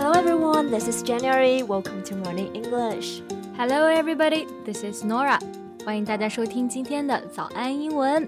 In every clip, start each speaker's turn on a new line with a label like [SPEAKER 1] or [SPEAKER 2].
[SPEAKER 1] everyone, this is January. Welcome to Morning English.
[SPEAKER 2] Hello, everybody. This is Nora. 欢迎大家收听今天的早安英文。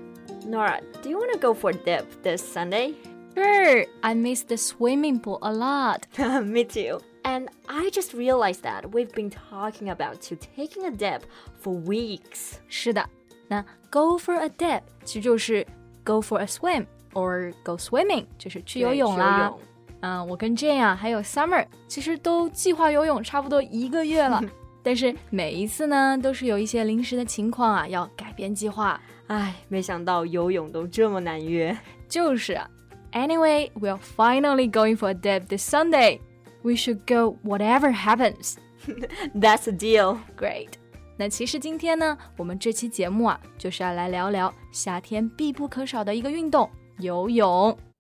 [SPEAKER 1] Nora, do you want to go for dip this Sunday?
[SPEAKER 2] Sure, I miss the swimming pool a lot.
[SPEAKER 1] Me too. And I just realized that we've been talking about to taking a dip for weeks.
[SPEAKER 2] 是的，那 go for a dip 其实就是 go for a swim or go swimming，就是去 游泳啦。
[SPEAKER 1] 对去游泳
[SPEAKER 2] 嗯，我跟 Jane 啊，还有 Summer，其实都计划游泳差不多一个月 了，但是每一次呢，都是有一些临时的情况啊，要改变计划。
[SPEAKER 1] 唉，没想到游泳都这么难约。
[SPEAKER 2] 就是啊，Anyway, we're finally going for a dip this Sunday. We should go whatever happens.
[SPEAKER 1] That's a deal.
[SPEAKER 2] Great. 那其实今天呢，我们这期节目啊，就是要来聊聊夏天必不可少的一个运动——游泳。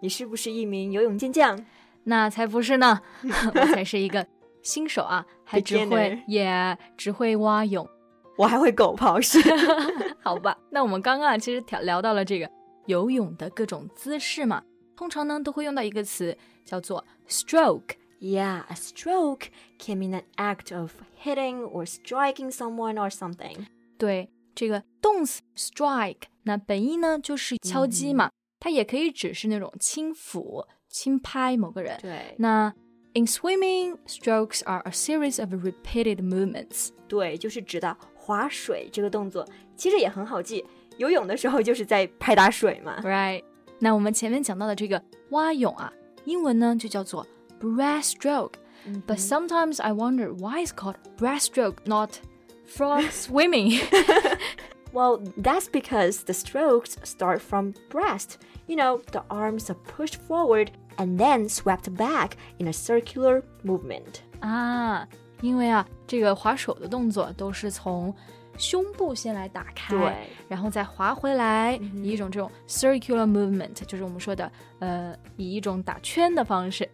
[SPEAKER 1] 你是不是一名游泳健将？
[SPEAKER 2] 那才不是呢， 我才是一个新手啊，还只
[SPEAKER 1] Beginner
[SPEAKER 2] 会也、只会蛙泳。
[SPEAKER 1] 我还会狗刨式。
[SPEAKER 2] 好吧，那我们刚刚啊，其实聊聊到了这个游泳的各种姿势嘛，通常呢都会用到一个词叫做 stroke。
[SPEAKER 1] Yeah, a stroke can mean an act of hitting or striking someone or something.
[SPEAKER 2] 对，这个动词 strike，那本意呢就是敲击嘛，它也可以指是那种轻抚、轻拍某个人。
[SPEAKER 1] 对，
[SPEAKER 2] 那 in swimming, strokes are a series of repeated movements。
[SPEAKER 1] 对，就是指的划水这个动作，其实也很好记。游泳的时候就是在拍打水嘛。
[SPEAKER 2] Right？那我们前面讲到的这个蛙泳啊，英文呢就叫做 breaststroke。But sometimes I wonder why it's called breaststroke, not frog swimming.
[SPEAKER 1] Well, that's because the strokes start from breast. You know, the arms are pushed forward and then swept back in a circular movement.
[SPEAKER 2] 啊，因为啊，这个划手的动作都是从胸部先来打开，
[SPEAKER 1] 对
[SPEAKER 2] 然后再划回来，以一种这种 circular movement，就是我们说的呃，以一种打圈的方式，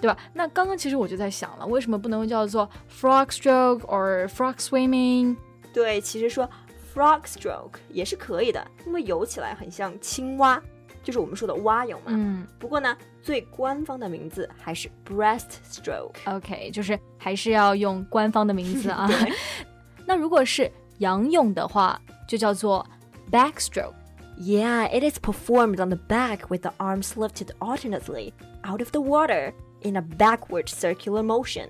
[SPEAKER 2] 对吧？那刚刚其实我就在想了，为什么不能叫做 frog stroke or frog swimming？
[SPEAKER 1] 对，其实说 frog stroke 也是可以的，因为游起来很像青蛙，就是我们说的蛙泳嘛。
[SPEAKER 2] 嗯
[SPEAKER 1] 不过呢，最官方的名字还是 breaststroke。
[SPEAKER 2] ，OK，就是还是要用官方的名字啊。 那如果是仰泳的话，就叫做 backstroke。
[SPEAKER 1] Yeah, it is performed on the back with the arms lifted alternately out of the water in a backward circular motion.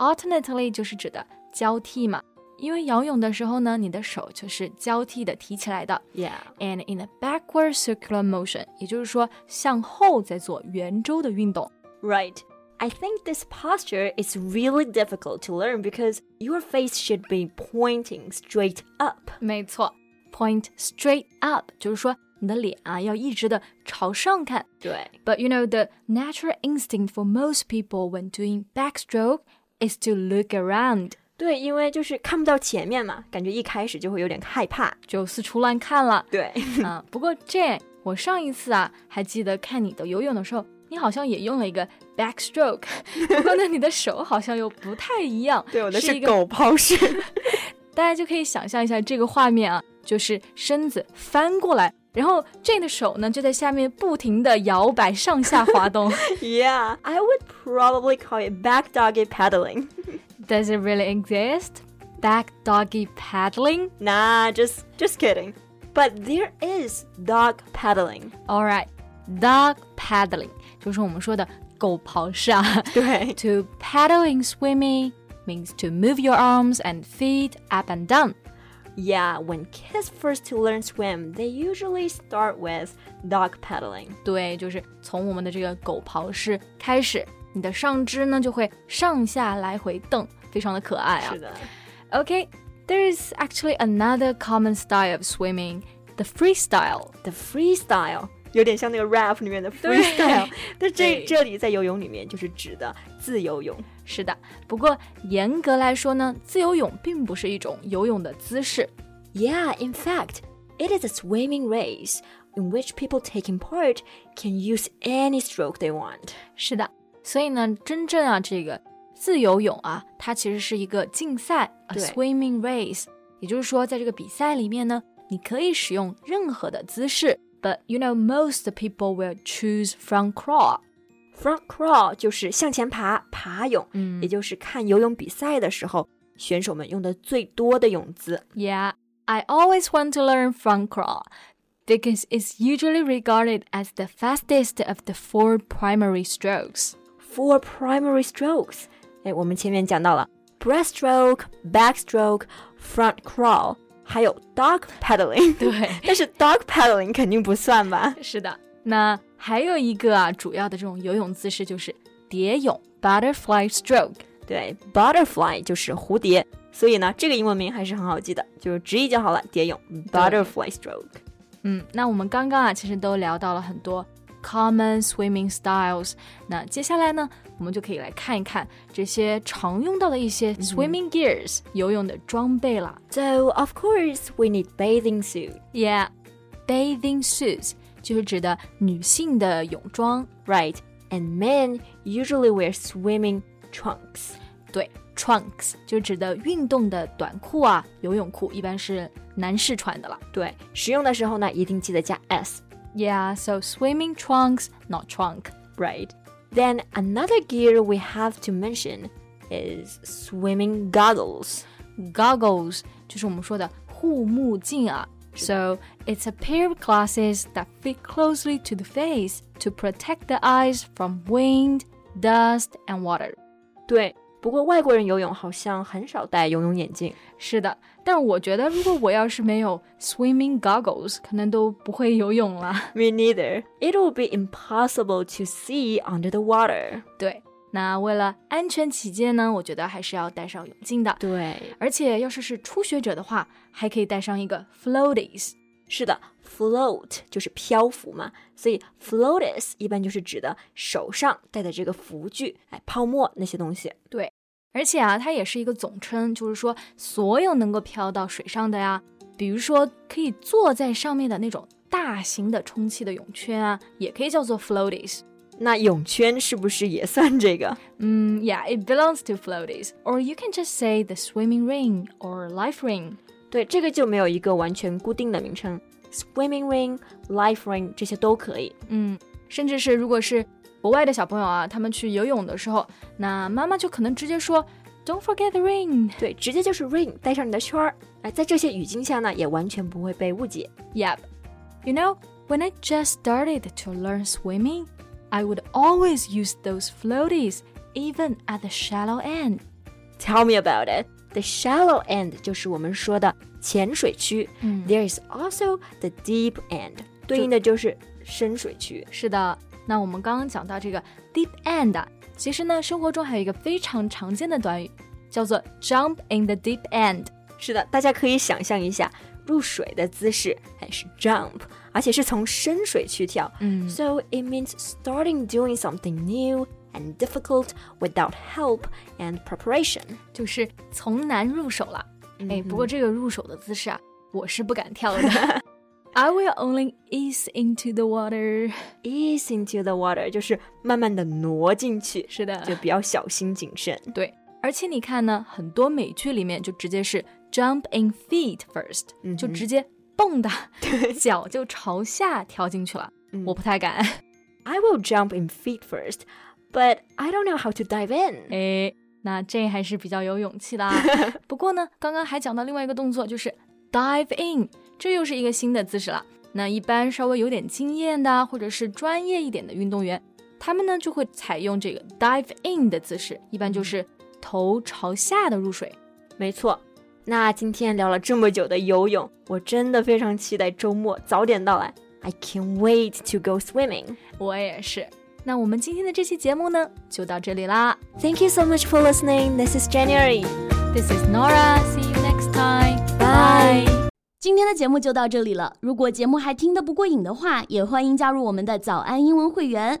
[SPEAKER 2] alternately 就是指的交替嘛，因为仰泳的时候呢，你的手就是交替的提起来的。
[SPEAKER 1] Yeah.
[SPEAKER 2] And in a backward circular motion，也就是说向后在做圆周的运动。
[SPEAKER 1] Right. I think this posture is really difficult to learn because your face should be pointing straight up.
[SPEAKER 2] 没错，point straight up，就是说你的脸啊要一直的朝上看。But you know the natural instinct for most people when doing backstroke is to look around，
[SPEAKER 1] 对，对，因为就是看不到前面嘛，感觉一开始就会有点害怕。
[SPEAKER 2] 就四处乱看了。
[SPEAKER 1] 对，
[SPEAKER 2] 啊，不过这我上一次啊，还记得看你的游泳的时候，你好像也用了一个 backstroke，不过呢，你的手好像又不太一样。是一个，
[SPEAKER 1] 狗刨式。
[SPEAKER 2] 大家就可以想象一下这个画面啊，就是身子翻过来，然后这的手呢就在下面不停的摇摆上下滑动。
[SPEAKER 1] yeah, I would probably call it back doggy paddling.
[SPEAKER 2] Does it really exist? Back doggy paddling?
[SPEAKER 1] Nah, just just kidding. But there is dog paddling.
[SPEAKER 2] All right, dog paddling 就是我们说的狗刨式啊。
[SPEAKER 1] 对
[SPEAKER 2] To paddle in swimming means to move your arms and feet up and down.
[SPEAKER 1] Yeah, when kids first to learn swim, they usually start with dog paddling.
[SPEAKER 2] 对，就是从我们的这个狗刨式开始，你的上肢呢就会上下来回蹬，非常的可爱啊。OK, there is actually another common style of swimming, the freestyle.
[SPEAKER 1] The freestyle. 有点像那个 rap 里面的
[SPEAKER 2] 对
[SPEAKER 1] freestyle，但这
[SPEAKER 2] 对
[SPEAKER 1] 这里在游泳里面就是指的自由泳。
[SPEAKER 2] 是的，不过严格来说呢，自由泳并不是一种游泳的姿势。
[SPEAKER 1] Yeah, in fact, it is a swimming race in which people taking part can use any stroke they want.
[SPEAKER 2] 是的，所以呢，真正啊这个自由泳啊，它其实是一个竞赛，a
[SPEAKER 1] 对
[SPEAKER 2] swimming race。也就是说，在这个比赛里面呢，你可以使用任何的姿势，but you know most people will choose front crawl。
[SPEAKER 1] Front crawl 就是向前爬、爬泳，
[SPEAKER 2] 嗯
[SPEAKER 1] 也就是看游泳比赛的时候，选手们用的最多的泳姿。
[SPEAKER 2] Yeah, I always want to learn front crawl because it's usually regarded as the fastest of the four primary strokes.
[SPEAKER 1] Four primary strokes，哎，我们前面讲到了 breaststroke、backstroke、front crawl，还有 dog paddling。
[SPEAKER 2] 对，
[SPEAKER 1] 但是 dog paddling 肯定不算吧？
[SPEAKER 2] 是的。那还有一个啊，主要的这种游泳姿势就是蝶泳 （butterfly stroke）。
[SPEAKER 1] 对，butterfly 就是蝴蝶，所以呢，这个英文名还是很好记的，就直译就好了，蝶泳 butterfly stroke。
[SPEAKER 2] 嗯，那我们刚刚啊，其实都聊到了很多 common swimming styles。那接下来呢，我们就可以来看一看这些常用到的一些 swimming gears、游泳的装备啦。
[SPEAKER 1] So of course we need bathing suit,
[SPEAKER 2] Yeah, bathing suits 就是指的女性的泳装。
[SPEAKER 1] right? And men usually wear swimming trunks.
[SPEAKER 2] 对，trunks 就指的运动的短裤啊，游泳裤一般是男士穿的啦。
[SPEAKER 1] 对，使用的时候呢，一定记得加 s,
[SPEAKER 2] Yeah, so swimming trunks, not trunk.
[SPEAKER 1] right? Then another gear we have to mention is swimming goggles.
[SPEAKER 2] Goggles 就是我们说的护目镜啊。So it's a pair of glasses that fit closely to the face to protect the eyes from wind, dust, and water.
[SPEAKER 1] 对，不过外国人游泳好像很少戴游泳眼镜。
[SPEAKER 2] 是的，但是我觉得如果我要是没有 swimming goggles，可能都不会游泳了。
[SPEAKER 1] Me neither. It will be impossible to see under the water.
[SPEAKER 2] 对，那为了安全起见呢，我觉得还是要戴上泳镜的。
[SPEAKER 1] 对，
[SPEAKER 2] 而且要是是初学者的话，还可以带上一个 floaties。
[SPEAKER 1] 是的，float 就是漂浮嘛，所以 floaties 一般就是指的手上戴的这个浮具，哎，泡沫那些东西。
[SPEAKER 2] 而且啊，它也是一个总称，就是说所有能够漂到水上的呀，比如说可以坐在上面的那种大型的充气的泳圈啊，也可以叫做 floaties。
[SPEAKER 1] 那泳圈是不是也算这个？
[SPEAKER 2] 嗯，Yeah，it belongs to floaties, or you can just say the swimming ring or life ring。
[SPEAKER 1] 对，这个就没有一个完全固定的名称，swimming ring、life ring 这些都可以。
[SPEAKER 2] 嗯，甚至是如果是国外的小朋友啊，他们去游泳的时候，那妈妈就可能直接说 "Don't forget the ring"。
[SPEAKER 1] 对，直接就是 ring，带上你的圈儿。哎，在这些语境下呢，也完全不会被误解。
[SPEAKER 2] Yep. You know, when I just started to learn swimming, I would always use those floaties, even at the shallow end.
[SPEAKER 1] Tell me about it. The shallow end 就是我们说的浅水区、
[SPEAKER 2] 嗯
[SPEAKER 1] t h e r e is also the deep end，对应的就是深水区。
[SPEAKER 2] 是的，那我们刚刚讲到这个 deep end，啊其实呢，生活中还有一个非常常见的短语，叫做 jump in the deep end。
[SPEAKER 1] 是的，大家可以想象一下入水的姿势，哎，是 jump，而且是从深水区跳。
[SPEAKER 2] 嗯
[SPEAKER 1] So it means starting doing something new and difficult without help and preparation.
[SPEAKER 2] 就是从难入手了。哎，不过这个入手的姿势啊，我是不敢跳的。I will only ease into the water。
[SPEAKER 1] Ease into the water 就是慢慢的挪进去，
[SPEAKER 2] 是的
[SPEAKER 1] 就比较小心谨慎。
[SPEAKER 2] 对，而且你看呢，很多美剧里面就直接是 jump in feet first，、
[SPEAKER 1] 嗯哼
[SPEAKER 2] 就直接蹦 的脚就朝下跳进去了。
[SPEAKER 1] 嗯
[SPEAKER 2] 我不太敢。
[SPEAKER 1] I will jump in feet first, but I don't know how to dive in.
[SPEAKER 2] 哎，那这还是比较有勇气 的啊。不过呢，刚刚还讲到另外一个动作，就是 dive in，这又是一个新的姿势了。那一般稍微有点经验的啊，或者是专业一点的运动员，他们呢就会采用这个 dive in 的姿势，一
[SPEAKER 1] 嗯
[SPEAKER 2] 般就是头朝下的入水。
[SPEAKER 1] 没错，那今天聊了这么久的游泳，我真的非常期待周末早点到来。I can't wait to go swimming.
[SPEAKER 2] 我也是。那我们今天的这期节目呢，就到这里啦。
[SPEAKER 1] Thank you so much for listening. This is January.
[SPEAKER 2] This is Nora. See you next time.
[SPEAKER 1] Bye.
[SPEAKER 3] 今天的节目就到这里了。如果节目还听得不过瘾的话，也欢迎加入我们的早安英文会员。